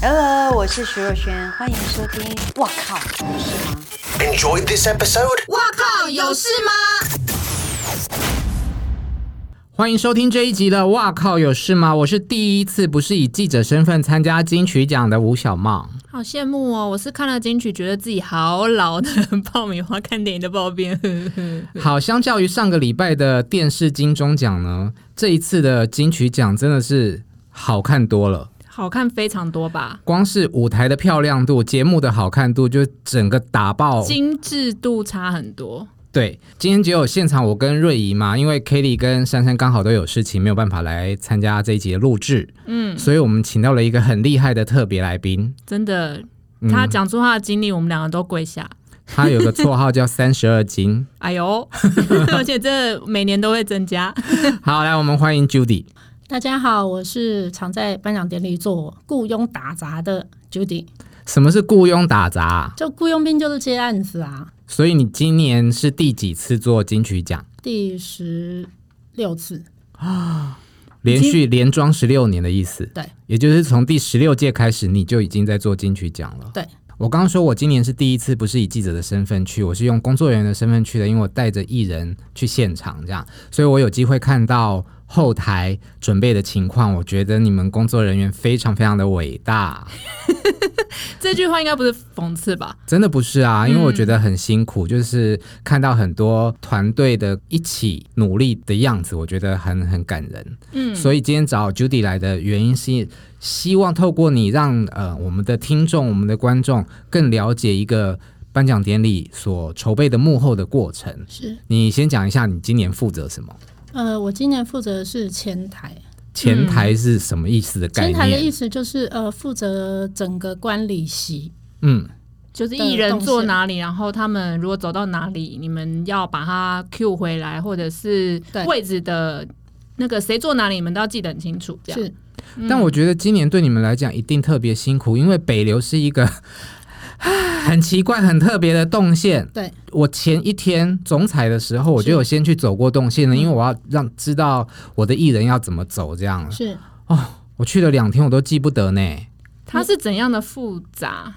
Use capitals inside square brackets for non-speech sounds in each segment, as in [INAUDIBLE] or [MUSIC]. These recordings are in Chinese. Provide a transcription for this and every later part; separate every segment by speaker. Speaker 1: Hello，我是徐若瑄，欢迎收听。哇靠，有事吗？
Speaker 2: Enjoyed this episode?
Speaker 3: 哇靠，有事吗？
Speaker 4: 欢迎收听这一集的《哇靠有事吗》，我是第一次不是以记者身份参加金曲奖的吴小茂。
Speaker 5: 好羡慕哦！我是看了金曲，觉得自己好老的爆米花看电影的爆边。
Speaker 4: 好，相较于上个礼拜的电视金钟奖呢，这一次的金曲奖真的是好看多了。
Speaker 5: 好看非常多吧，
Speaker 4: 光是舞台的漂亮度、节目的好看度，就整个打爆。
Speaker 5: 精致度差很多。
Speaker 4: 对，今天只有现场我跟瑞怡嘛，因为 Kelly 跟珊珊刚好都有事情，没有办法来参加这一集的录制。嗯，所以我们请到了一个很厉害的特别来宾，
Speaker 5: 真的，他讲出他的经历，我们两个都跪下。
Speaker 4: 他有个绰号叫三十二斤。
Speaker 5: 哎呦，而且这每年都会增加。
Speaker 4: 好，来我们欢迎 Judy。
Speaker 6: 大家好，我是常在颁奖典礼做雇佣打杂的 Judy。
Speaker 4: 什么是雇佣打杂啊、
Speaker 6: 就雇佣兵就是接案子啊，
Speaker 4: 所以你今年是第几次做金曲奖？
Speaker 6: 第十六次，
Speaker 4: 连续连庄十六年的意思。
Speaker 6: 对，
Speaker 4: 也就是从第十六届开始，你就已经在做金曲奖了。
Speaker 6: 对，
Speaker 4: 我刚刚说，我今年是第一次不是以记者的身份去，我是用工作人员的身份去的，因为我带着艺人去现场，这样，所以我有机会看到后台准备的情况。我觉得你们工作人员非常非常的伟大。
Speaker 5: 这句话应该不是讽刺吧？
Speaker 4: 真的不是啊，因为
Speaker 6: 嗯
Speaker 4: 我觉得很辛苦，就是看到很多团队的一起努力的样子，我觉得很很感人。嗯，所以今天找 Judy 来的原因是希望透过你让呃我们的听众、我们的观众更了解一个颁奖典礼所筹备的幕后的过程。
Speaker 6: 是
Speaker 4: 你先讲一下你今年负责什么？
Speaker 6: 呃，我今年负责的是前台，
Speaker 4: 前台是什么意思的
Speaker 6: 嗯
Speaker 4: 概
Speaker 6: 前
Speaker 4: 念？
Speaker 6: 台的意思就是呃负责整个观礼席，
Speaker 4: 嗯，
Speaker 5: 就
Speaker 6: 的
Speaker 5: 是艺人
Speaker 6: 动
Speaker 5: 坐
Speaker 6: 线
Speaker 5: 哪里，然后他们如果走到哪里，你们要把他 Q 回来，或者是
Speaker 6: 对
Speaker 5: 位置的那个谁坐哪里，你们都要记得很清楚。这样
Speaker 6: 是
Speaker 4: 但我觉得今年对你们来讲一定特别辛苦，因为北流是一个很奇怪、很特别的动线。
Speaker 6: 对
Speaker 4: 我前一天总采的时候，我就有先去走过动线了，因为我要让知道我的艺人要怎么走这样。
Speaker 6: 是
Speaker 4: 我去了两天，我都记不得呢，
Speaker 5: 它是怎样的复杂？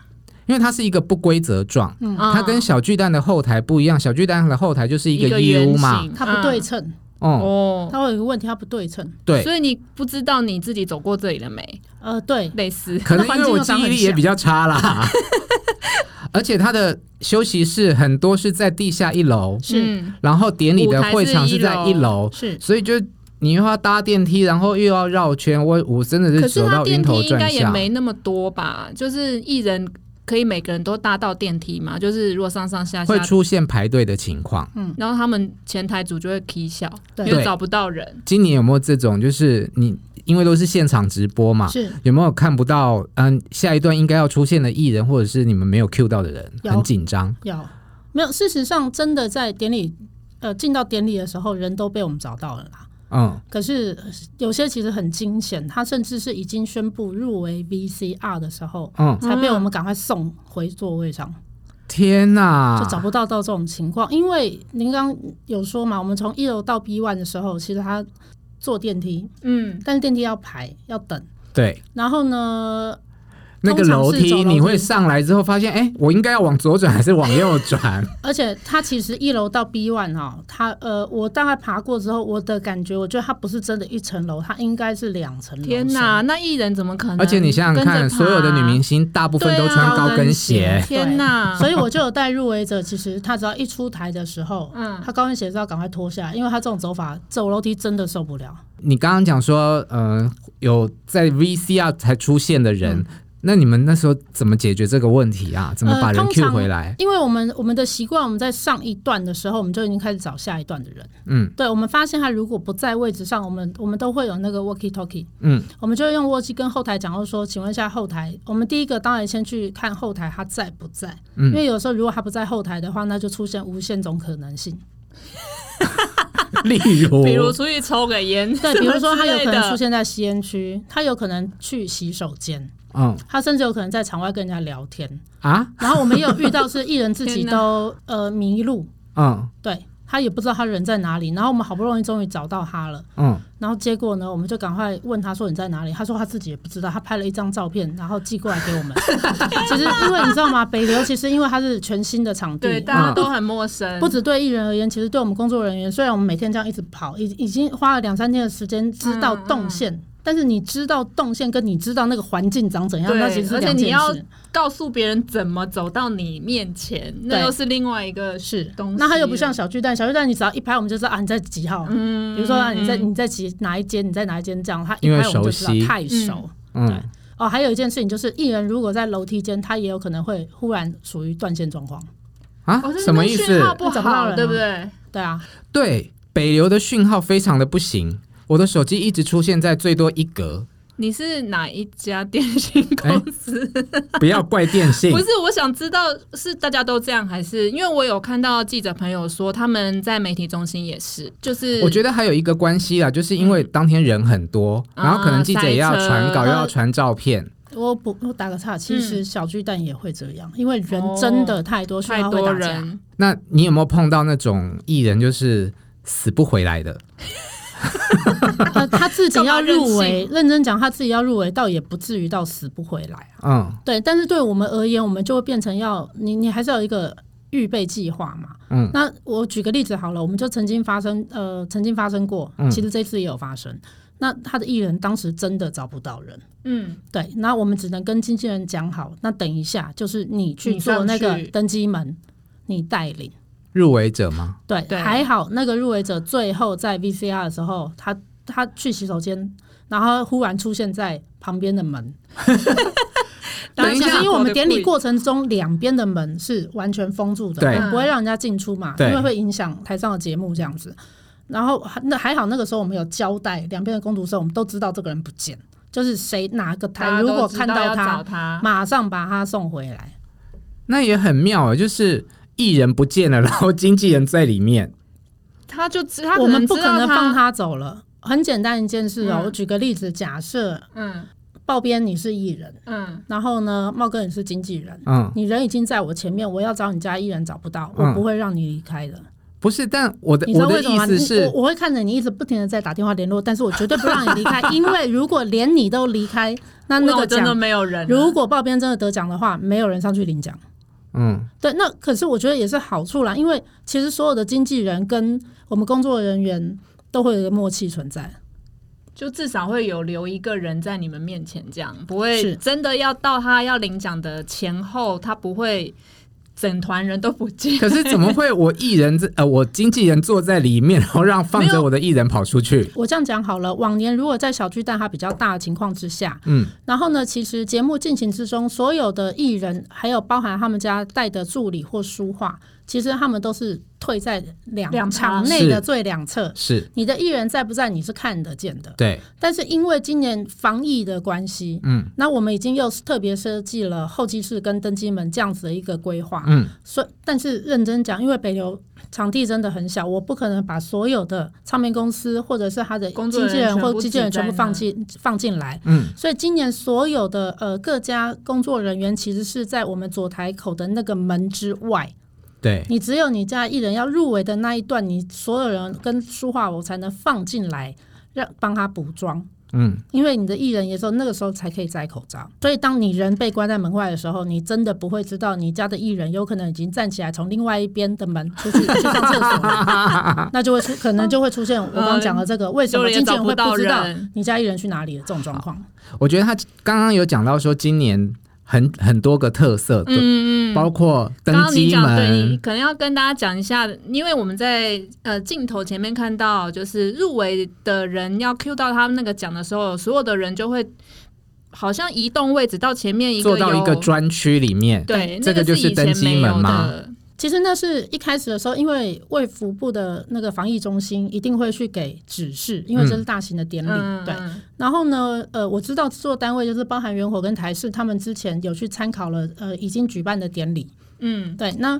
Speaker 4: 因为它是一个不规则状。它跟
Speaker 5: 嗯
Speaker 4: 小巨蛋的后台不一样，小巨蛋的后台就是一个 U
Speaker 5: 圆
Speaker 4: 嘛，
Speaker 5: 形
Speaker 6: 它不对
Speaker 5: 嗯
Speaker 6: 称，
Speaker 4: 哦、
Speaker 5: 哦，
Speaker 6: 它会有一个问题，它不对称，
Speaker 4: 对，
Speaker 5: 所以你不知道你自己走过这里了没？
Speaker 6: 呃，对
Speaker 5: 类似，
Speaker 4: 可能因为我记忆力也比较差啦。 [LAUGHS] 而且它的休息室很多是在地下一楼，
Speaker 6: 是
Speaker 5: 嗯
Speaker 4: 然后典礼的会场是在一楼，
Speaker 6: 是
Speaker 4: 所以就你又要搭电梯，然后又要绕圈，我我真的
Speaker 5: 可
Speaker 4: 是
Speaker 5: 是
Speaker 4: 走
Speaker 5: 它
Speaker 4: 到晕
Speaker 5: 电梯
Speaker 4: 头
Speaker 5: 应该
Speaker 4: 转
Speaker 5: 也
Speaker 4: 向。
Speaker 5: 没那么多吧？就是艺人可以每个人都搭到电梯嘛？就是如果上上下下
Speaker 4: 会，出现排队的情况。
Speaker 5: 然后他们前台组就会 k 笑，因
Speaker 6: 对
Speaker 5: 为找不到人。
Speaker 4: 今年有没有这种？就是你因为都是现场直播嘛，
Speaker 6: 是
Speaker 4: 有没有看不到？嗯，下一段应该要出现的艺人，或者是你们没有 cue 到的人，
Speaker 6: 有
Speaker 4: 很紧张。
Speaker 6: 有没有？事实上，真的在典礼呃进到典礼的时候，人都被我们找到了啦。
Speaker 4: 嗯，
Speaker 6: 可是呃有些其实很惊险，他甚至是已经宣布入围 VCR 的时候，
Speaker 4: 嗯
Speaker 6: 才被我们赶快送回座位上，
Speaker 4: 天
Speaker 6: 就找
Speaker 4: 哪！
Speaker 6: 不到到这种情况。因为您刚刚有说嘛，我们从一楼到 B one 的时候，其实他坐电梯，
Speaker 5: 嗯，
Speaker 6: 但是电梯要排要等，
Speaker 4: 对，
Speaker 6: 然后呢，
Speaker 4: 那个
Speaker 6: 通常
Speaker 4: 楼
Speaker 6: 是走
Speaker 4: 梯
Speaker 6: 楼梯
Speaker 4: 你会上来之后发现，哎、我应该要往左转还是往右转？
Speaker 6: 而且他其实一楼到 B one 哦，他呃，我大概爬过之后，我的感觉，我觉得它不是真的一层楼，它应该是两层楼。
Speaker 5: 天哪，！那艺人怎么可能？
Speaker 4: 而且你想想看，所有的女明。星大部分都
Speaker 5: 啊对啊啊
Speaker 4: 穿高跟
Speaker 6: 跟
Speaker 4: 鞋
Speaker 6: 鞋，
Speaker 5: 天哪！
Speaker 6: 所以我就有带入围者，其实他只要一出台的时候，
Speaker 5: 嗯
Speaker 6: 他高跟鞋是要赶快脱下来，因为他这种走法走楼梯真的受不了。
Speaker 4: 你刚刚讲说，呃，有在 VCR 才出现的
Speaker 5: 嗯
Speaker 4: 人，那你们那时候怎么解决这个问题啊？怎么把人
Speaker 6: 呃通
Speaker 4: Q
Speaker 6: 常
Speaker 4: 回
Speaker 5: [LAUGHS]
Speaker 4: 来？
Speaker 6: 因为我们我们的习惯，我们在上一段的时候，我们就已经开始找下一段的人。
Speaker 4: 嗯，
Speaker 6: 对，我们发现他如果不在位置上，我们我们都会有那个 walkie talkie，
Speaker 4: 嗯，
Speaker 6: 我们就会用 walkie 跟后台讲，就说，请问一下后台，我们第一个当然先去看后台他在不在，
Speaker 4: 嗯
Speaker 6: 因为有时候如果他不在后台的话，那就出现无限种可能性。
Speaker 4: 例如，
Speaker 5: 比如出去抽个烟，
Speaker 6: 对，比如说他有可能出
Speaker 5: 现，
Speaker 6: 现在吸烟区，他有可能去洗手间。
Speaker 4: 嗯
Speaker 6: 他甚至有可能在场外跟人家聊天。
Speaker 4: 啊，
Speaker 6: 然后我们也有遇到是艺人自己
Speaker 5: 天哪
Speaker 6: 都呃迷路，
Speaker 4: 嗯，
Speaker 6: 对。他也不知道他人在哪里。然后我们好不容易终于找到他了，
Speaker 4: 嗯，
Speaker 6: 然后结果呢，我们就赶快问他说你在哪里？他说他自己也不知道，他拍了一张照片，然后寄过来给
Speaker 5: [LAUGHS]
Speaker 6: 我们。其实因为你知道吗，北流其实因为它是全新的场
Speaker 5: 对，
Speaker 6: 地。啊
Speaker 5: 大家都很陌生，
Speaker 6: 不止对艺人而言，其实对我们工作人员，虽然我们每天这样一直跑，已已经花了两三天的时间知
Speaker 5: 嗯
Speaker 6: 道动线，但是你知道动线跟你知道那个环境长怎样，那其
Speaker 5: 对，
Speaker 6: 实是
Speaker 5: 而且
Speaker 6: 两
Speaker 5: 你
Speaker 6: 件
Speaker 5: 要
Speaker 6: 事。
Speaker 5: 告诉别人怎么走到你面前，那
Speaker 6: 对
Speaker 5: 又是另外一个
Speaker 6: 是
Speaker 5: 东西。
Speaker 6: 那它又不像小巨蛋，小巨蛋你只要一拍我们就知道啊你在几号，嗯，比如说啊你在你在几哪一间，你在哪一间这样，它一
Speaker 4: 因为
Speaker 6: 拍我们就知道
Speaker 4: 熟悉
Speaker 6: 太熟。
Speaker 4: 嗯，
Speaker 6: 哦，还有一件事情就是，艺人如果在楼梯间，他也有可能会忽然属于断线状况。
Speaker 4: 啊
Speaker 5: 哦，就是
Speaker 4: 什么
Speaker 5: 那
Speaker 4: 意
Speaker 5: 讯号
Speaker 4: 思？
Speaker 5: 不
Speaker 6: 找不到人
Speaker 5: 好，
Speaker 6: 啊
Speaker 5: 对不对？
Speaker 6: 对啊，
Speaker 4: 对，北流的讯号非常的不行，我的手机一直出现在最多一
Speaker 5: [LAUGHS]
Speaker 4: 格，
Speaker 5: 你是哪一家电信公司？
Speaker 4: 不要怪电信
Speaker 5: 不。是，我想知道是大家都这样，还是因为我有看到记者朋友说他们在媒体中心也是，就是
Speaker 4: 我觉得还有一个关系啦，啊就是因为当天人很多，
Speaker 5: 嗯
Speaker 4: 然后可能记者也要
Speaker 5: 啊塞车
Speaker 4: 传稿，又要
Speaker 6: 呃
Speaker 4: 传照片，
Speaker 6: 我不我打个岔，其
Speaker 5: 嗯
Speaker 6: 实小巨蛋也会这样，因为人真的太多，需
Speaker 5: 哦太
Speaker 6: 要会
Speaker 5: 多
Speaker 6: 打架。
Speaker 5: 人，
Speaker 4: 那你有没有碰到那种艺人就是死不回来的？
Speaker 6: [LAUGHS] 呃，他自己要入围
Speaker 5: 干，
Speaker 6: 认真讲，他自己要入围，倒也不至于到死不回来啊。
Speaker 4: 嗯
Speaker 6: 对，但是对我们而言，我们就会变成要你，你还是要有一个预备计划嘛。
Speaker 4: 嗯，
Speaker 6: 那我举个例子好了，我们就曾经发生，呃，曾经发生过，其实这次也有发生。那他的艺人当时真的找不到人，
Speaker 5: 嗯，
Speaker 6: 对，那我们只能跟经纪人讲好，那等一下就是你去
Speaker 5: 你
Speaker 6: 做
Speaker 5: 上
Speaker 6: 那个
Speaker 5: 去
Speaker 6: 登机门，你带领。
Speaker 4: 入围者吗？
Speaker 6: 对，
Speaker 5: 对
Speaker 6: 还好那个入围者最后在 VCR 的时候，他他去洗手间，然后忽然出现在旁边的
Speaker 5: [LAUGHS]
Speaker 6: 门。
Speaker 5: 等
Speaker 6: 对，
Speaker 5: 一
Speaker 6: 其
Speaker 5: 下
Speaker 6: 实因为我们典礼过程中两边的门是完全封住的，
Speaker 4: 对
Speaker 6: 我们不会让人家进出嘛，因
Speaker 4: 对
Speaker 6: 为会影响台上的节目这样子。然后那还好，那个时候我们有交代两边的工读生，我们都知道这个人不见，就是谁哪个
Speaker 5: 大家
Speaker 6: 台
Speaker 5: 都
Speaker 6: 如果
Speaker 5: 知
Speaker 6: 看
Speaker 5: 道
Speaker 6: 到
Speaker 5: 要
Speaker 6: 他
Speaker 5: 找，他，
Speaker 6: 马上把他送回来。
Speaker 4: 那也很妙啊，就是艺人不见了，然后经纪人在里面。
Speaker 5: 他就知他
Speaker 6: 我们不
Speaker 5: 知
Speaker 6: 可
Speaker 5: 道
Speaker 6: 能放
Speaker 5: 他，
Speaker 6: 他走了。很简单一件事哦，
Speaker 5: 嗯
Speaker 6: 我举个例子，假设
Speaker 5: 嗯
Speaker 6: 报编你是艺人，
Speaker 5: 嗯，
Speaker 6: 然后呢，茂哥你是经纪人，
Speaker 4: 嗯，
Speaker 6: 你人已经在我前面，我要找你家艺人找不到，
Speaker 4: 嗯
Speaker 6: 我不会让你离开的。
Speaker 4: 不是，但我的
Speaker 6: 你知
Speaker 4: 我
Speaker 6: 道
Speaker 4: 的
Speaker 6: 为什么
Speaker 4: 意
Speaker 6: 吗？
Speaker 4: 思
Speaker 6: 你
Speaker 4: 是，
Speaker 6: 我我会看着你一直不停的在打电话联络，但是我绝对不让你离
Speaker 4: [LAUGHS]
Speaker 6: 开，因为如果连你都离开，那那
Speaker 5: 那
Speaker 6: 个
Speaker 5: 我真的
Speaker 6: 奖，
Speaker 5: 没有人了，啊
Speaker 6: 如果报编真的得奖的话，没有人上去领奖。
Speaker 4: 嗯，
Speaker 6: 对，那可是我觉得也是好处啦，因为其实所有的经纪人跟我们工作人员都会有一个默契存在。
Speaker 5: 就至少会有留一个人在你们面前，这样不会
Speaker 6: 是
Speaker 5: 真的要到他要领奖的前后，他不会整团人都不见。
Speaker 4: 可是怎么会我艺人在呃我经纪人坐在里面，然后让放着我的艺人跑出去？
Speaker 6: 我这样讲好了，往年如果在小巨蛋它比较大的情况之下，
Speaker 4: 嗯，
Speaker 6: 然后呢，其实节目进行之中，所有的艺人还有包含他们家带的助理或书画，其实他们都是退在两
Speaker 5: 两旁
Speaker 6: 场内的
Speaker 4: 是
Speaker 6: 最两侧。
Speaker 4: 是
Speaker 6: 你的艺人在不在，你是看得见的。
Speaker 4: 对，
Speaker 6: 但是因为今年防疫的关系，
Speaker 4: 嗯，
Speaker 6: 那我们已经又特别设计了候机室跟登机门这样子的一个规划，
Speaker 4: 嗯，
Speaker 6: 所以但是认真讲，因为北流场地真的很小，我不可能把所有的唱片公司或者是他的
Speaker 5: 工
Speaker 6: 经
Speaker 5: 作人
Speaker 6: 纪
Speaker 5: 员
Speaker 6: 人
Speaker 5: 全
Speaker 6: 或
Speaker 5: 部
Speaker 6: 经纪人
Speaker 5: 挤在
Speaker 6: 全部放进放进来，
Speaker 4: 嗯，
Speaker 6: 所以今年所有的呃各家工作人员其实是在我们左台口的那个门之外，
Speaker 4: 对，
Speaker 6: 你只有你家艺人要入围的那一段，你所有人跟书画我才能放进来，让帮他补妆。
Speaker 4: 嗯，
Speaker 6: 因为你的艺人也只有那个时候才可以摘口罩，所以当你人被关在门外的时候，你真的不会知道你家的艺人有可能已经站起来从另外一边的门出去去上厕所
Speaker 4: [LAUGHS]
Speaker 6: 了，那就会出可能就会出现我刚刚讲的这个为什
Speaker 5: 就
Speaker 6: 么
Speaker 5: 也
Speaker 6: 经纪人会
Speaker 5: 找不
Speaker 6: 不知
Speaker 5: 到
Speaker 6: 道
Speaker 5: 人
Speaker 6: 你家艺人去哪里的这种状况。
Speaker 4: 我觉得他刚刚有讲到说今年很很多个特色的，
Speaker 5: 嗯，
Speaker 4: 包括
Speaker 5: 刚
Speaker 4: 登
Speaker 5: 刚你
Speaker 4: 机
Speaker 5: 讲，对你
Speaker 4: 门，
Speaker 5: 可能要跟大家讲一下，因为我们在呃镜头前面看到，就是入围的人要 Q 到他们那个奖的时候，所有的人就会好像移动位置到前面一个
Speaker 4: 坐到一个
Speaker 5: 有
Speaker 4: 专区里面，
Speaker 5: 对，
Speaker 4: 这
Speaker 5: 那
Speaker 4: 个
Speaker 5: 个
Speaker 4: 就是
Speaker 5: 以前
Speaker 4: 登机门嘛
Speaker 5: 没有的。
Speaker 6: 其实那是一开始的时候，因为卫福部的那个防疫中心一定会去给指示，因为这是大型的典礼，
Speaker 5: 嗯，
Speaker 6: 对。
Speaker 5: 嗯
Speaker 6: 然后呢，呃，我知道制作单位就是包含元火跟台视，他们之前有去参考了呃已经举办的典礼，
Speaker 5: 嗯，
Speaker 6: 对。那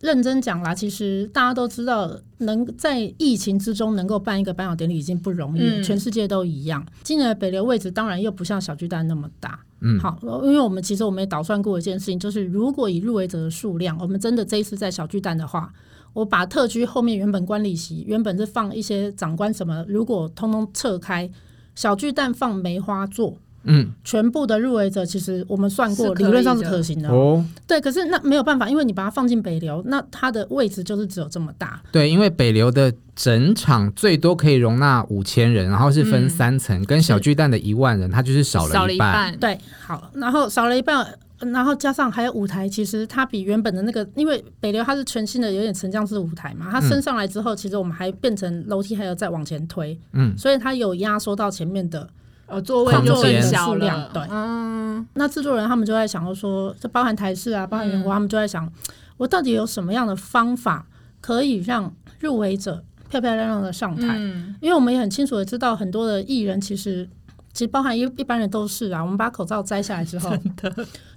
Speaker 6: 认真讲啦，其实大家都知道，能在疫情之中能够办一个颁奖典礼已经不容易了，
Speaker 5: 嗯
Speaker 6: 全世界都一样。今年的北流位置当然又不像小巨蛋那么大，
Speaker 4: 嗯
Speaker 6: 好，因为我们其实我们也打算过一件事情，就是如果以入围者的数量，我们真的这一次在小巨蛋的话，我把特区后面原本观礼席原本是放一些长官什么，如果通通撤开，小巨蛋放梅花座，
Speaker 4: 嗯，
Speaker 6: 全部的入围者其实我们算
Speaker 5: 是
Speaker 6: 过，
Speaker 5: 可以
Speaker 6: 理论上是
Speaker 5: 的
Speaker 6: 可行的。
Speaker 4: 哦，
Speaker 6: 对，可是那没有办法，因为你把它放进北流，那它的位置就是只有这么大。
Speaker 4: 对，因为北流的整场最多可以容纳五千人，然后是分三层，跟小巨蛋的一万人，它就是少
Speaker 5: 少
Speaker 4: 了
Speaker 5: 了一
Speaker 4: 半。
Speaker 5: 半，
Speaker 6: 对，好，然后少了一半，然后加上还有舞台，其实它比原本的那个，因为北流它是全新的，有点沉降式舞台嘛，它升上来之后，其实我们还变成楼梯，还有再往前推，
Speaker 4: 嗯，
Speaker 6: 所以它有压缩到前面的。
Speaker 5: 呃，座位
Speaker 4: 空
Speaker 5: 就
Speaker 4: 间
Speaker 5: 更小
Speaker 6: 数量
Speaker 5: 了，
Speaker 6: 对
Speaker 5: 嗯，
Speaker 6: 那制作人他们就在想说说，这包含台式啊，包含员工，他们就在想，我到底有什么样的方法可以让入围者漂漂亮亮的上台？
Speaker 5: 嗯，
Speaker 6: 因为我们也很清楚的知道，很多的艺人其实其实包含一一般人都是啊，我们把口罩摘下来
Speaker 4: [LAUGHS]
Speaker 6: 之后，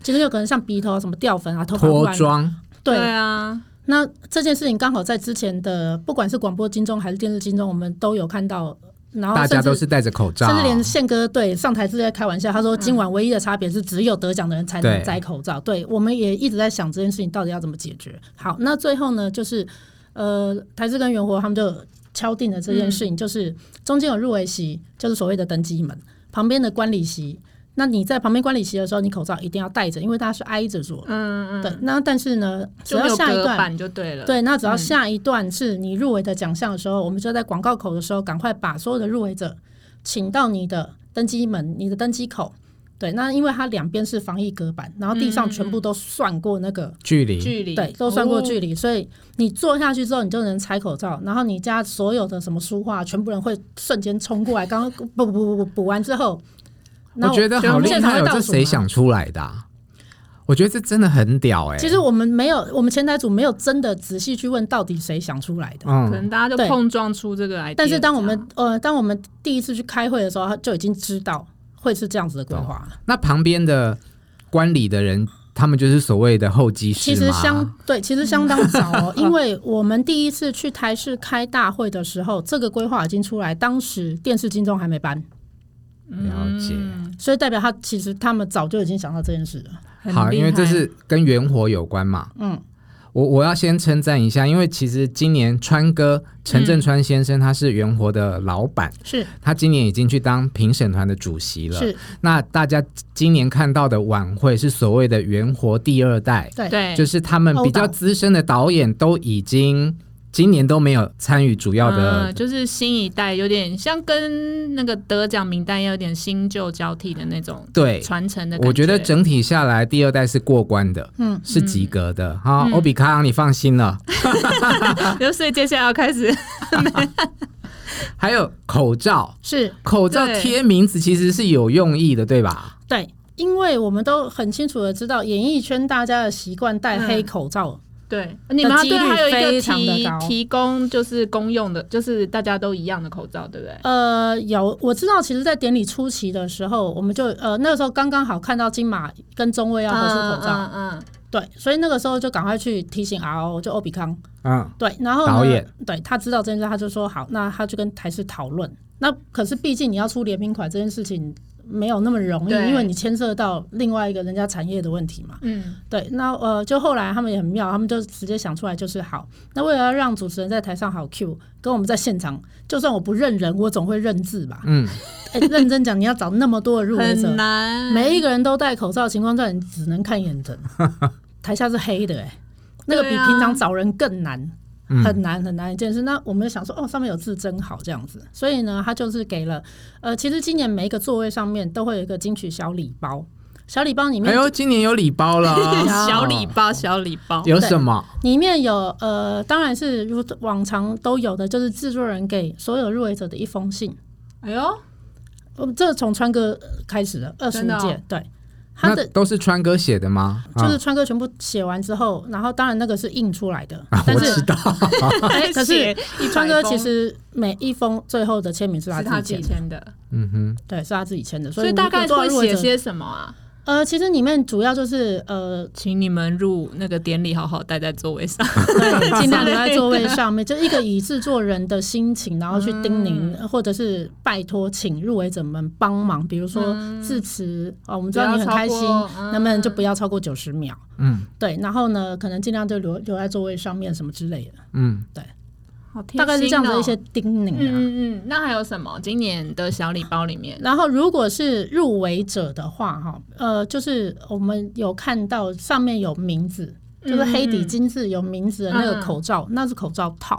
Speaker 6: 其实有可能像鼻头啊、什么掉粉啊、头发
Speaker 4: 脱
Speaker 6: 乱
Speaker 4: 妆，
Speaker 6: 对。
Speaker 5: 对啊，
Speaker 6: 那这件事情刚好在之前的不管是广播金钟还是电视金钟，我们都有看到，然后
Speaker 4: 大
Speaker 6: 甚
Speaker 4: 家
Speaker 6: 至
Speaker 4: 都是戴着口罩，
Speaker 6: 甚至连宪哥对上台是在开玩笑，他说今晚唯一的差别是只有得奖的人才
Speaker 4: 对
Speaker 6: 能摘口罩。对，我们也一直在想这件事情到底要怎么解决。好，那最后呢，就是呃，台视跟元活他们就敲定了这件事情，就是中间有入围席，就是所谓的登机门，旁边的观礼席。那你在旁边观礼席的时候，你口罩一定要戴着，因为大家是挨着坐。
Speaker 5: 嗯嗯，
Speaker 6: 对，那但是呢，只
Speaker 5: 就
Speaker 6: 要
Speaker 5: 没有
Speaker 6: 下一
Speaker 5: 隔
Speaker 6: 段
Speaker 5: 板就对了，，
Speaker 6: 对，那只要嗯下一段是你入围的奖项的时候，我们就在广告口的时候，赶快把所有的入围者请到你的登机门、你的登机口。对，那因为它两边是防疫隔板，然后地上全部都算过那个，
Speaker 4: 距离。
Speaker 5: 距离
Speaker 6: 对，都算过
Speaker 5: 离，
Speaker 6: 距离，所以你坐下去之后，你就能拆口罩，然后你家所有的什么书画，全部人会瞬间冲过来。刚刚补补补补补完之后，
Speaker 4: 我
Speaker 6: 然后
Speaker 4: 觉得好厉
Speaker 6: 现场
Speaker 4: 害
Speaker 6: 会
Speaker 4: 哦，
Speaker 6: 倒
Speaker 4: 这
Speaker 6: 数
Speaker 4: 谁
Speaker 6: 吗
Speaker 4: 想出来的啊、我觉得这真的很屌哎、
Speaker 6: 其实，我们没有，我们前台组没有真的仔细去问到底谁想出来的。
Speaker 5: 哦可
Speaker 4: 嗯，
Speaker 5: 能大家就
Speaker 6: 对
Speaker 5: 碰撞出这个 idea，
Speaker 6: 但是当我
Speaker 5: 这样
Speaker 6: 们呃，当我们第一次去开会的时候，他就已经知道会是这样子的规划了。
Speaker 4: 那旁边的观礼的人，他们就是所谓的候机室
Speaker 6: 其实
Speaker 4: 吗
Speaker 6: 相对，其实相当早哦，因为我们第一次去台视开大会的时候，这个规划已经出来，当时电视金钟还没颁，
Speaker 4: 了解。
Speaker 6: 所以代表他其实他们早就已经想到这件事了。
Speaker 5: 很
Speaker 4: 好，
Speaker 5: 厉
Speaker 4: 因为这
Speaker 5: 害
Speaker 4: 是跟元火有关嘛。
Speaker 6: 嗯，
Speaker 4: 我我要先称赞一下，因为其实今年川哥陈振川先生他是元火的老板，
Speaker 6: 是
Speaker 4: 他今年已经去当评审团的主席了。
Speaker 6: 是，
Speaker 4: 那大家今年看到的晚会是所谓的元活第二代，
Speaker 6: 对
Speaker 5: 对，
Speaker 4: 就是是他们比较
Speaker 6: 欧导
Speaker 4: 资深的导演都已经今年都没有参与主要的。
Speaker 5: 嗯就是新一代有点像跟那个得奖名单一样有点新旧交替的那种
Speaker 4: 对，
Speaker 5: 传承的感
Speaker 4: 我觉得整体下来第二代是过关的，嗯，是及格的。好，欧比卡昂，你放心了。
Speaker 5: [LAUGHS] 就所以接下来要
Speaker 6: [LAUGHS]
Speaker 5: 开始，
Speaker 4: 还有口罩，
Speaker 6: 是，
Speaker 4: 口罩
Speaker 5: 对
Speaker 4: 贴名字其实是有用意的，对吧？
Speaker 6: 对，因为我们都很清楚的知道，演艺圈大家的习惯戴黑口罩，
Speaker 5: 对， [LAUGHS] 你们要
Speaker 6: 的几
Speaker 5: 对
Speaker 6: 率
Speaker 5: 还有一个
Speaker 6: 非常地
Speaker 5: 提
Speaker 6: 高
Speaker 5: 提供就是公用的，就是大家都一样的口罩，对不对？
Speaker 6: 呃，有我知道，其实，在典礼初期的时候，我们就呃那个时候刚刚好看到金马跟中卫要合出啊口罩，
Speaker 5: 嗯嗯，嗯
Speaker 6: 对，所以那个时候就赶快去提醒 RO，就欧哦比康，
Speaker 4: 嗯，
Speaker 6: 对，然后呢
Speaker 4: 导演
Speaker 6: 对他知道这件事，他就说好，那他就跟台视讨论。那可是毕竟你要出联名款这件事情没有那么容易，
Speaker 5: 对
Speaker 6: 因为你牵涉到另外一个人家产业的问题嘛。
Speaker 5: 嗯，
Speaker 6: 对，那呃，就后来他们也很妙，他们就直接想出来就是好。那为了要让主持人在台上好 Q，跟我们在现场，就算我不认人，我总会认字吧。
Speaker 4: 嗯，
Speaker 6: [LAUGHS] 哎、认真讲，你要找那么多的入围者
Speaker 5: 很，难，
Speaker 6: 每一个人都戴口罩的情况下，你只能看眼
Speaker 4: [LAUGHS]
Speaker 6: 神，台下是黑的、哎，那个比
Speaker 5: 对啊，
Speaker 6: 平常找人更难，
Speaker 4: 嗯
Speaker 6: 很难很难一件事。那我们就想说，哦，上面有字真好这样子，所以呢，他就是给了，呃，其实今年每一个座位上面都会有一个金曲小礼包，小礼包里
Speaker 4: 哎
Speaker 6: 面、
Speaker 4: 呦，今年有礼包了啊
Speaker 5: [LAUGHS] 小礼包，小礼包，
Speaker 4: 有什么？
Speaker 6: 里面有呃，当然是如往常都有的，就是制作人给所有入围者的一封信。
Speaker 5: 哎呦，
Speaker 6: 我们这从川哥开始的二十
Speaker 5: 真
Speaker 6: 五
Speaker 5: 的哦
Speaker 6: 届，对他
Speaker 4: 那
Speaker 6: 的
Speaker 4: 都是川哥写的吗？
Speaker 6: 就是
Speaker 4: 啊
Speaker 6: 川哥全部写完之后，然后当然那个是印出来的，
Speaker 4: 啊，
Speaker 6: 但
Speaker 4: 我
Speaker 6: 是
Speaker 4: 知道，
Speaker 6: 哎可是
Speaker 5: 写一百
Speaker 6: 川哥其
Speaker 5: 封
Speaker 6: 实每一封最后
Speaker 4: 啊
Speaker 6: 的签名是他
Speaker 5: 是他
Speaker 6: 自
Speaker 5: 自
Speaker 6: 己
Speaker 5: 己
Speaker 6: 签的，
Speaker 5: 签的，
Speaker 4: 嗯哼，
Speaker 6: 对，是他自己签的，
Speaker 5: 所以
Speaker 6: 以
Speaker 5: 大概
Speaker 6: 如果
Speaker 5: 会
Speaker 6: 如果
Speaker 5: 写
Speaker 6: 者
Speaker 5: 些什么啊？
Speaker 6: 呃，其实里面主要就是呃，
Speaker 5: 请你们入那个典礼，好好待在座位上。
Speaker 6: 对，尽量留在座位上
Speaker 5: [LAUGHS]
Speaker 6: 面，就一个以制作人的心情，然后去叮咛，
Speaker 5: 嗯
Speaker 6: 或者是拜托，请入围者们帮忙，比如说致辞啊、哦，我们知道你很开心
Speaker 5: 嗯不要超过，嗯
Speaker 6: 能不能就不要超过九十秒？
Speaker 4: 嗯
Speaker 6: 对，然后呢，可能尽量就留留在座位上面什么之类的，
Speaker 4: 嗯，
Speaker 5: 好贴心哦
Speaker 6: 大概是这样的一些。叮咛啊。
Speaker 5: 嗯嗯嗯，那还有什么？今年的小礼包里面，
Speaker 6: 然后，如果是入围者的话，哈，呃，就是我们有看到上面有名字，
Speaker 5: 嗯
Speaker 6: 就是黑底金字有名字的那个口罩，那是口罩套。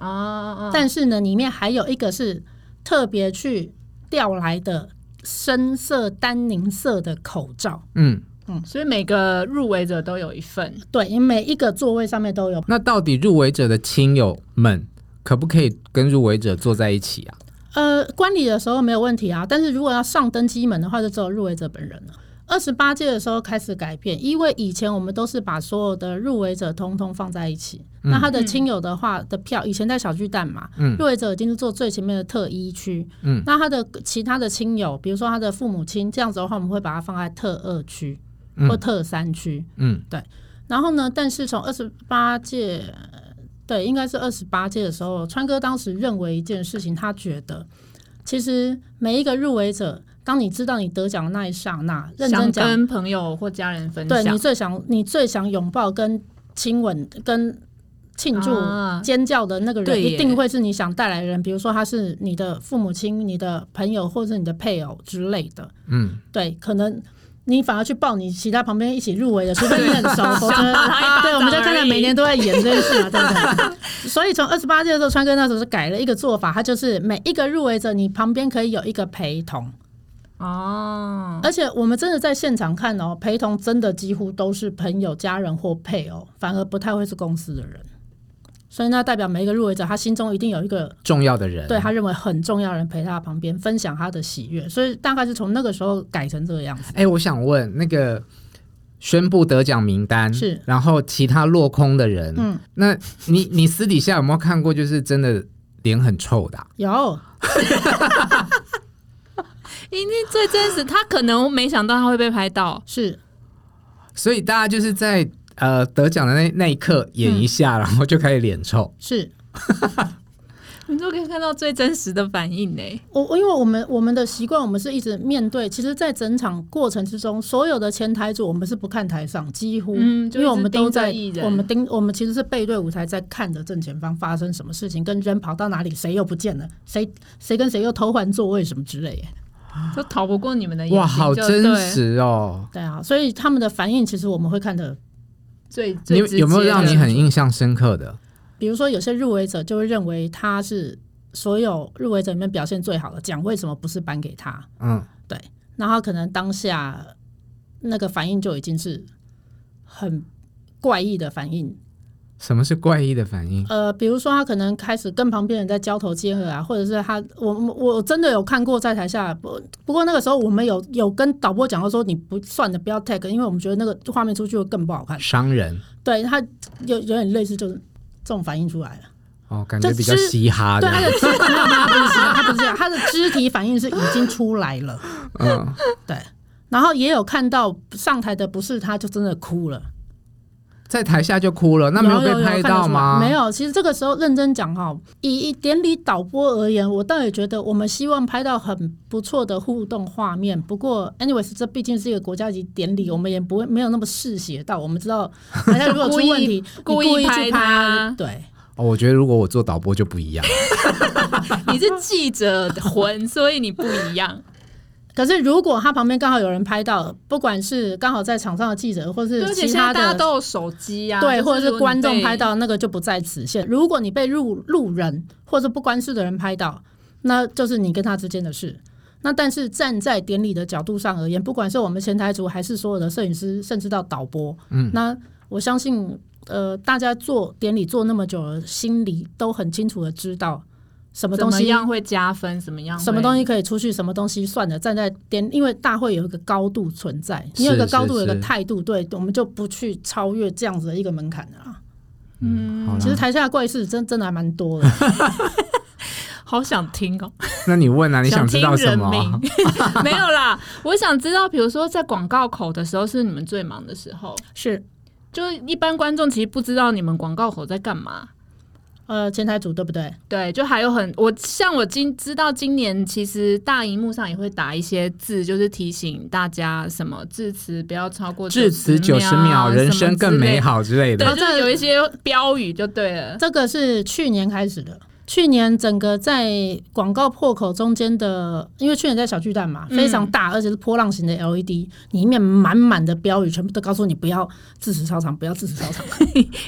Speaker 5: 哦哦，
Speaker 6: 但是呢，里面还有一个是特别去调来的深色丹宁色的口罩。
Speaker 4: 嗯，
Speaker 5: 所以每个入围者都有一份。
Speaker 6: 对，因为每一个座位上面都有。
Speaker 4: 那到底入围者的亲友们可不可以跟入围者坐在一起啊？
Speaker 6: 呃，观礼的时候没有问题啊，但是如果要上登机门的话，就只有入围者本人了。二十八届的时候开始改变，因为以前我们都是把所有的入围者通通放在一起。那他的亲友的话的票，以前在小巨蛋嘛，
Speaker 4: 嗯
Speaker 6: 入围者已经是坐最前面的特一区。
Speaker 4: 嗯
Speaker 6: 那他的其他的亲友，比如说他的父母亲，这样子的话，我们会把它放在特二区或
Speaker 4: 嗯
Speaker 6: 特三区。
Speaker 4: 嗯
Speaker 6: 然后呢，但是从二十八届，呃对，应该是二十八届的时候，川哥当时认为一件事情，他觉得其实每一个入围者，当你知道你得奖的那一刹那，认
Speaker 5: 想
Speaker 6: 真讲，
Speaker 5: 跟朋友或家人分
Speaker 6: 对
Speaker 5: 享
Speaker 6: 你。最想你最想拥抱跟亲吻跟。庆祝
Speaker 5: 啊
Speaker 6: 尖叫的那个人
Speaker 5: 对耶
Speaker 6: 一定会是你想带来的人，比如说他是你的父母亲、你的朋友或者你的配偶之类的。
Speaker 4: 嗯，
Speaker 6: 对，可能你反而去抱你其他旁边一起入围的，除非你很熟，否则
Speaker 5: 想打他一巴掌
Speaker 6: 对，我们就看
Speaker 5: 而
Speaker 6: 到
Speaker 5: 已
Speaker 6: 每年都在演这件事嘛，对不对？
Speaker 5: [LAUGHS]
Speaker 6: 所以从二十八届的时候，川哥那时候是改了一个做法，他就是每一个入围者，你旁边可以有一个陪同，
Speaker 5: 哦，
Speaker 6: 而且我们真的在现场看哦，陪同真的几乎都是朋友、家人或配偶，反而不太会是公司的人。所以那代表每一个入围者，他心中一定有一个
Speaker 4: 重要的人，
Speaker 6: 对他认为很重要的人陪他旁边，分享他的喜悦。所以大概是从那个时候改成这个样子。
Speaker 4: 哎、我想问那个宣布得奖名单
Speaker 6: 是
Speaker 4: 然后其他落空的人，嗯
Speaker 6: 嗯，
Speaker 4: 那你你私底下有没有看过，就是真的脸很臭的啊、
Speaker 6: 有，
Speaker 5: 因为最真实，他可能没想到他会被拍到。
Speaker 6: 是
Speaker 4: 所以大家就是在呃得奖的那那一刻演一下，
Speaker 6: 嗯
Speaker 4: 然后就开始脸臭，
Speaker 6: 是，
Speaker 5: 你就可以看到最真实的反应呢。
Speaker 6: 我我因为我们我们的习惯，我们是一直面对。其实，在整场过程之中，所有的前台组我们是不看台上，几乎，
Speaker 5: 嗯就
Speaker 6: 因为
Speaker 5: 一
Speaker 6: 我
Speaker 5: 直
Speaker 6: 们都
Speaker 5: 盯着
Speaker 6: 在
Speaker 5: 艺，人
Speaker 6: 我们盯，我们其实是背对舞台在看着正前方发生什么事情，跟人跑到哪里，谁又不见了，谁谁跟谁又偷换座位什么之类的。
Speaker 5: 就逃不过你们的眼睛，
Speaker 4: 哇，好
Speaker 5: 就
Speaker 4: 真
Speaker 5: 对，
Speaker 4: 实哦！
Speaker 6: 对啊，所以他们的反应其实我们会看的，
Speaker 5: 最
Speaker 4: 你
Speaker 5: 最
Speaker 4: 有
Speaker 5: 直接
Speaker 4: 有没有让
Speaker 5: 的，
Speaker 4: 你很印象深刻的？
Speaker 6: 比如说有些入围者就会认为他是所有入围者里面表现最好的奖，为什么不是颁给他？
Speaker 4: 嗯，
Speaker 6: 然后可能当下那个反应就已经是很怪异的反应，
Speaker 4: 什么是怪异的反应？
Speaker 6: 呃，比如说他可能开始跟旁边人在交头接耳啊，或者是他，我我我真的有看过在台下，不不过那个时候我们有有跟导播讲过说你不算的不要 tag，因为我们觉得那个画面出去会更不好看。
Speaker 4: 商人
Speaker 6: 对他有有点类似就是这种反应出来了，
Speaker 4: 哦，感觉
Speaker 6: 就
Speaker 4: 比较
Speaker 6: 是
Speaker 4: 嘻哈
Speaker 6: 对
Speaker 4: 的
Speaker 6: 他，的肢 [LAUGHS] 体没有没有他不是这样他不是这样，他的肢体反应是已经出来了，
Speaker 4: 嗯，
Speaker 6: 对。然后也有看到上台的不是他，就真的哭了。
Speaker 4: 在台下就哭了，那没
Speaker 6: 有
Speaker 4: 被拍
Speaker 6: 有有看得
Speaker 4: 到吗？
Speaker 6: 出来没，有，其实这个时候认真讲哈，以以典礼导播而言，我倒也觉得我们希望拍到很不错的互动画面。不过，anyways，这毕竟是一个国家级典礼，我们也不会没有那么嗜血到。我们知道，大家如果出问题你
Speaker 5: 故
Speaker 6: 故
Speaker 5: 意
Speaker 6: 意
Speaker 5: 故意拍
Speaker 6: 去
Speaker 5: 他
Speaker 6: 拍，对。
Speaker 4: 哦，我觉得如果我做导播就不一样。
Speaker 5: [LAUGHS] 你是记者的魂，所以你不一样。
Speaker 6: 可是，如果他旁边刚好有人拍到，不管是刚好在场上的记者，或
Speaker 5: 对
Speaker 6: 是
Speaker 5: 而且
Speaker 6: 其
Speaker 5: 现
Speaker 6: 他
Speaker 5: 在大家
Speaker 6: 的
Speaker 5: 都有手机啊，
Speaker 6: 对，
Speaker 5: 就
Speaker 6: 或者
Speaker 5: 如果
Speaker 6: 是
Speaker 5: 你
Speaker 6: 观众
Speaker 5: 被
Speaker 6: 拍，到那个就不在此限。如果你被路路人或者不关事的人拍到，那就是你跟他之间的事。那但是站在典礼的角度上而言，不管是我们前台组，还是所有的摄影师，甚至到导播，嗯，那我相信，呃，大家做典礼做那么久了，心里都很清楚的知道什么
Speaker 5: 怎
Speaker 6: 东
Speaker 5: 么
Speaker 6: 西
Speaker 5: 样会加分，怎么样会
Speaker 6: 什么东西可以出去，什么东西算了。站在点，因为大会有一个高度存在，你有一个
Speaker 4: 是
Speaker 6: 高度，
Speaker 4: 是
Speaker 6: 有一个
Speaker 4: 是
Speaker 6: 态度，对，我们就不去超越这样子的一个门槛了啦。啊
Speaker 4: 好啦
Speaker 5: 嗯 [LAUGHS]
Speaker 6: 其实台下的怪事真真的还蛮多的，
Speaker 5: 好想听哦，
Speaker 4: 那你问啊，你想知
Speaker 5: 听
Speaker 4: 道什
Speaker 5: 人
Speaker 4: 么？啊
Speaker 5: 名
Speaker 4: [LAUGHS]
Speaker 5: 没有啦，我想知道，比如说在广告口的时候是你们最忙的时候，
Speaker 6: 是
Speaker 5: 就一般观众其实不知道你们广告口在干嘛。
Speaker 6: 呃前台组对不对？
Speaker 5: 对，就还有很我像我今知道今年其实大荧幕上也会打一些字，就是提醒大家什么致辞不要超过
Speaker 4: 至此九十
Speaker 5: 秒，
Speaker 4: 秒，人
Speaker 5: 什么
Speaker 4: 生更
Speaker 5: 之类
Speaker 4: 美。好之类
Speaker 5: 对，
Speaker 4: 的。
Speaker 5: 就是有一些标语就对了。
Speaker 6: 这个是去年开始的。去年整个在广告破口中间的，因为去年在小巨蛋
Speaker 5: 嗯
Speaker 6: 嘛，非常大，而且是波浪形的 LED，里面满满的标语，全部都告诉你不要自食超场，不要自食超
Speaker 5: [LAUGHS]
Speaker 6: 场，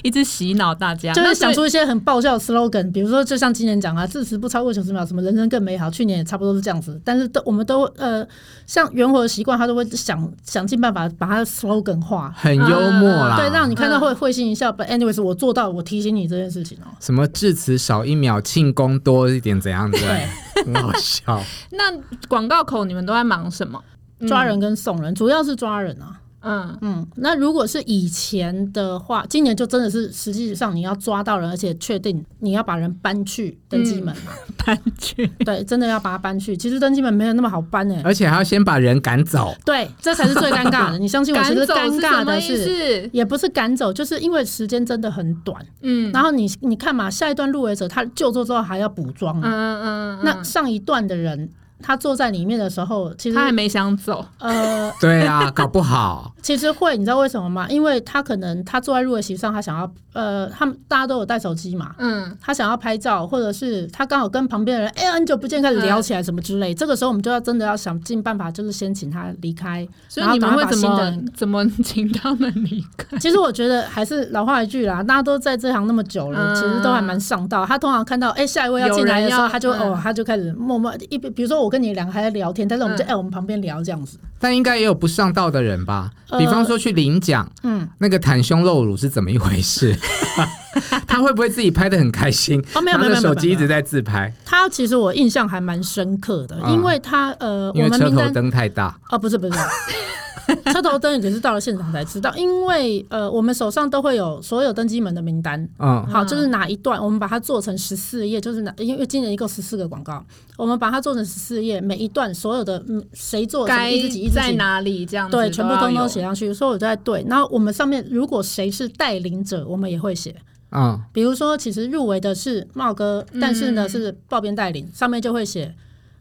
Speaker 5: 一直洗脑大家，
Speaker 6: 就
Speaker 5: 那
Speaker 6: 是
Speaker 5: 所
Speaker 6: 想
Speaker 5: 以
Speaker 6: 出一些很爆笑的 slogan，比如说就像今年讲啊，自食不超过九十秒，什么人生更美好，去年也差不多是这样子，但是都我们都呃，像元火的习惯，他都会想想尽办法把它的 slogan 化，
Speaker 4: 很幽默啦，
Speaker 6: 对，让你看到
Speaker 5: 嗯
Speaker 6: 会会心一笑。But anyways，我做到，我提醒你这件事情哦、
Speaker 4: 什么至此少一秒，庆功多一点，怎样之类的， [LAUGHS] 很好笑。
Speaker 5: 那广告口你们都在忙什么？
Speaker 6: 抓人跟送人，主要是抓人啊。
Speaker 5: 嗯，
Speaker 6: 嗯，那如果是以前的话，今年就真的是实际上你要抓到人，而且确定你要把人搬去登机门嘛？
Speaker 5: 嗯 [LAUGHS] 搬去。哎
Speaker 6: 对，真的要把他搬去。其实登机门没有那么好搬诶、
Speaker 4: 而且还要先把人赶走，
Speaker 6: 对，这才是最尴尬的。
Speaker 5: [LAUGHS]
Speaker 6: 你相信我，
Speaker 5: 赶
Speaker 6: 其实
Speaker 5: 走
Speaker 6: 尴
Speaker 5: 是
Speaker 6: 尬
Speaker 5: 什么
Speaker 6: 的
Speaker 5: 意
Speaker 6: 是。
Speaker 5: 思？
Speaker 6: 也不是赶走，就是因为时间真的很短。
Speaker 5: 嗯
Speaker 6: 然后你你看嘛，下一段入围者他就座之后还要补妆
Speaker 5: 嗯
Speaker 6: 啊。
Speaker 5: 嗯嗯，嗯
Speaker 6: 那上一段的人他坐在里面的时候，其实
Speaker 5: 他还没想走，
Speaker 6: 呃
Speaker 4: 对啊，搞不好
Speaker 6: 其实会，你知道为什么吗？因为他可能他坐在入围席上，他想要呃，他们大家都有带手机嘛，
Speaker 5: 嗯，
Speaker 6: 他想要拍照，或者是他刚好跟旁边的人哎、很久不见开始聊起来什么之类，这个时候我们就要真的要想尽办法，就是先请他离开，
Speaker 5: 所以
Speaker 6: 然后
Speaker 5: 你们
Speaker 6: 赶快
Speaker 5: 会
Speaker 6: 把
Speaker 5: 怎
Speaker 6: 新的
Speaker 5: 么 [LAUGHS]
Speaker 6: 人。
Speaker 5: 怎么请他们离开？
Speaker 6: 其实我觉得还是老话一句啦，大家都在这行那么久了，
Speaker 5: 嗯
Speaker 6: 其实都还蛮上道。他通常看到哎、下一位要进来的时
Speaker 5: 有人
Speaker 6: 候，
Speaker 5: 要
Speaker 6: 他就、
Speaker 5: 嗯
Speaker 6: 哦他就开始默默一比如说我跟你两个还在聊天，但是我们就
Speaker 5: 嗯
Speaker 6: 哎、我们旁边聊这样子，
Speaker 4: 但应该也有不上道的人吧？
Speaker 6: 呃
Speaker 4: 比方说去领奖，
Speaker 6: 嗯。
Speaker 4: 那个袒胸露乳是怎么一
Speaker 6: [LAUGHS]
Speaker 4: 回事？他会不会自己拍的很开心？
Speaker 6: 哦没有
Speaker 4: 拿
Speaker 6: 没有没
Speaker 4: 着
Speaker 6: 有
Speaker 4: 手机
Speaker 6: 没
Speaker 4: 一
Speaker 6: 有
Speaker 4: 直在自拍，
Speaker 6: 他其实我印象还蛮深刻的，
Speaker 4: 啊
Speaker 6: 因为他呃，
Speaker 4: 因
Speaker 6: 我
Speaker 4: 为
Speaker 6: 们
Speaker 4: 车
Speaker 6: 名
Speaker 4: 头
Speaker 6: 单
Speaker 4: 灯太大。
Speaker 6: 哦，不是不是，
Speaker 4: [LAUGHS]
Speaker 6: 车头灯也是到了现场才知道，因为呃，我们手上都会有所有登机门的名单。
Speaker 4: 嗯，
Speaker 6: 好，就是哪一段，我们把它做成十四页，就是哪，因为今年一共十四个广告，我们把它做成十四页，每一段所有的嗯，谁做什么
Speaker 5: 该
Speaker 6: 一直几一直
Speaker 5: 在
Speaker 6: 几，
Speaker 5: 哪里这样子？
Speaker 6: 对，全部通
Speaker 5: 要
Speaker 6: 通
Speaker 5: 有
Speaker 6: 写上去，所以我就在对。然后我们上面如果谁是带领者，我们也会写，
Speaker 4: 嗯，
Speaker 6: 比如说，其实入围的是茂哥，但是呢、是报编带领，上面就会写，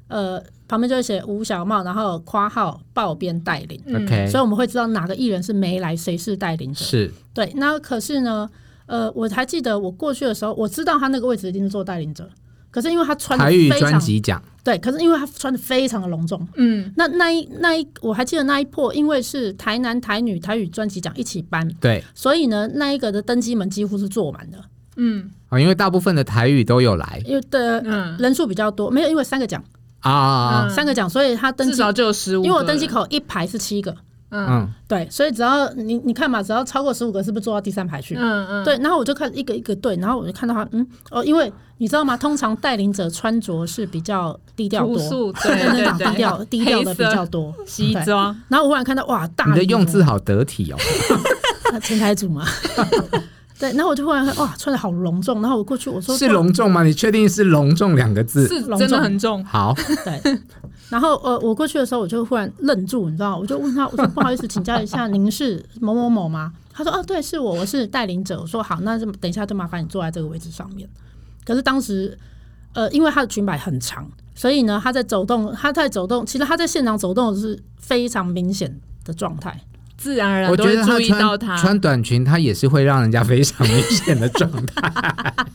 Speaker 6: 呃，旁边就会写吴小茂，然后括号报编带领，
Speaker 5: 嗯
Speaker 4: OK，
Speaker 6: 嗯所以我们会知道哪个艺人是没来，谁是带领者。
Speaker 4: 哎是
Speaker 6: 对，那可是呢，呃，我还记得我过去的时候，我知道他那个位置一定是做带领者，可是因为他穿的
Speaker 4: 台语
Speaker 6: 非
Speaker 4: 专
Speaker 6: 常
Speaker 4: 辑奖，
Speaker 6: 对，可是因为他穿的非常的隆重，
Speaker 5: 嗯，
Speaker 6: 那那一那一我还记得那一波，因为是台南台女台语专辑奖一起颁，
Speaker 4: 对
Speaker 6: 所以呢，那一个的登机门几乎是坐满的。
Speaker 5: 嗯
Speaker 4: 啊，因为大部分的台语都有来
Speaker 6: 因为的、
Speaker 5: 嗯
Speaker 6: 人数比较多，没有因为三个奖，哦
Speaker 4: 啊，
Speaker 6: 三个奖，所以他登
Speaker 5: 至
Speaker 6: 记，
Speaker 5: 少就有十五，
Speaker 6: 因为我登记口一排是七个，
Speaker 5: 嗯，
Speaker 4: 嗯，
Speaker 6: 对，所以只要你你看嘛，只要超过十五个，是不是坐到第三排去？
Speaker 5: 嗯嗯，
Speaker 6: 对，然后我就看一个一个对，然后我就看到他，嗯，哦，因为你知道吗？通常带领者穿着是比较低调
Speaker 5: 朴
Speaker 6: 多， [LAUGHS]
Speaker 5: 素，对
Speaker 6: 对对
Speaker 5: 对对，
Speaker 6: 低调低调的比较多。
Speaker 5: 黑色西
Speaker 6: 对
Speaker 5: 装，
Speaker 6: 然后我忽然看到哇，大
Speaker 4: 你的
Speaker 6: 礼
Speaker 4: 用
Speaker 6: 哦
Speaker 4: 字好得体哦，
Speaker 6: 啊前台组嘛， [LAUGHS] 对，然后我就忽然看哇，穿的好隆重，然后我过去我说
Speaker 4: 是
Speaker 6: 哇
Speaker 4: 隆重吗？你确定是隆重两个字？
Speaker 5: 是
Speaker 6: 隆
Speaker 5: 真的
Speaker 6: 重
Speaker 5: 很重，
Speaker 4: 好，
Speaker 6: [LAUGHS] 对，然后呃，我过去的时候我就忽然愣住，你知道吗，我就问他，我说不好意思，请教一下，您是某某某吗？他说哦，对，是我，我是带领者。我说好，那就等一下就麻烦你坐在这个位置上面。可是当时呃，因为他的裙摆很长，所以呢，他在走动，他在走动，其实他在现场走动是非常明显的状态。
Speaker 5: 自然而然
Speaker 4: 我
Speaker 5: 都
Speaker 4: 觉
Speaker 5: 会
Speaker 4: 得
Speaker 5: 注
Speaker 4: 她
Speaker 5: 意到
Speaker 4: 穿
Speaker 5: 他。
Speaker 4: 穿短裙，她也是会让人家非常明显的状
Speaker 6: [LAUGHS]
Speaker 4: 态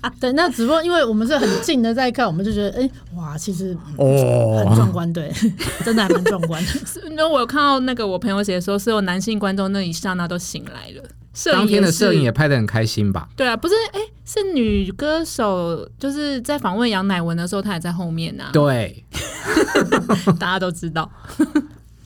Speaker 6: 啊对，那只不过因为我们是很近的在看，我们就觉得哎、哇，其实很
Speaker 4: 哦。
Speaker 6: 壮观，对， [LAUGHS] 真的还蛮壮观的。
Speaker 5: 是那我有看到那个我朋友写说，所有男性观众那一刹那都醒来了，摄影
Speaker 4: 当天的摄影
Speaker 5: 也
Speaker 4: 也
Speaker 5: 是。
Speaker 4: 拍得很开心吧？
Speaker 5: 对啊，不是，哎、是女歌手，就是在访问杨乃文的时候，她也在后面啊，
Speaker 4: 对，
Speaker 5: [LAUGHS] 大家都知道。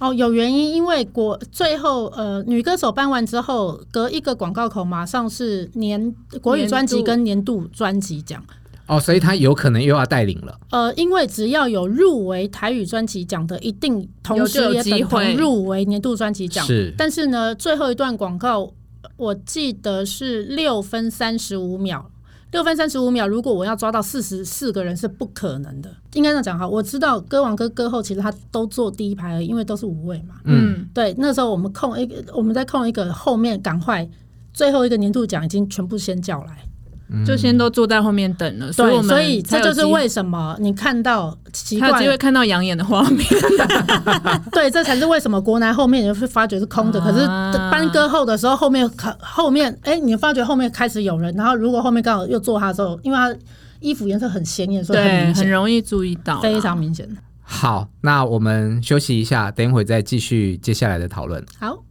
Speaker 6: 哦，有原因，因为国最后呃，女歌手办完之后，隔一个广告口马上是年国语专辑
Speaker 5: 年度
Speaker 6: 跟年度专辑奖。
Speaker 4: 哦，所以她有可能又要带领了。
Speaker 6: 呃，因为只要有入围台语专辑奖的，一定同时
Speaker 5: 有就有
Speaker 6: 也
Speaker 5: 机
Speaker 6: 等
Speaker 5: 会
Speaker 6: 同入围年度专辑奖。
Speaker 4: 是
Speaker 6: 但是呢，最后一段广告我记得是六分三十五秒。六分三十五秒，如果我要抓到四十四个人是不可能的。应该这样讲哈，我知道歌王跟歌后其实他都坐第一排而已，因为都是五位嘛。
Speaker 5: 嗯，
Speaker 6: 对，那时候我们控一个，我们在控一个，后面赶快最后一个年度奖已经全部先叫来。
Speaker 5: 嗯就先都坐在后面等了，以我
Speaker 6: 嗯对，
Speaker 5: 们
Speaker 6: 所以
Speaker 5: 才
Speaker 6: 这
Speaker 5: 有
Speaker 6: 就是
Speaker 5: 机
Speaker 6: 为什么你看到奇
Speaker 5: 才有
Speaker 6: 怪
Speaker 5: 机，会看到养眼的画
Speaker 6: [LAUGHS]
Speaker 5: 面。
Speaker 6: 对，这才是为什么国男后面你会发觉是空的，可是
Speaker 5: 啊
Speaker 6: 班歌后的时候后面可后面哎、你发觉后面开始有人，然后如果后面刚好又坐他的时候，因为他衣服颜色很鲜艳，所以很
Speaker 5: 对，
Speaker 6: 明
Speaker 5: 很
Speaker 6: 显，
Speaker 5: 容易注意到，
Speaker 6: 非常明显。
Speaker 4: 好，那我们休息一下，等一会再继续接下来的讨论。
Speaker 6: 好，